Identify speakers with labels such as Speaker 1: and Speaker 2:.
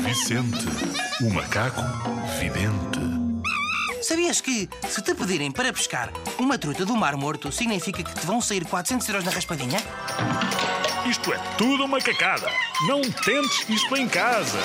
Speaker 1: Vicente, o macaco vidente.
Speaker 2: Sabias que, se te pedirem para pescar uma truta do mar morto, significa que te vão sair 400 euros na raspadinha?
Speaker 3: Isto é tudo uma cacada. Não tentes isto em casa.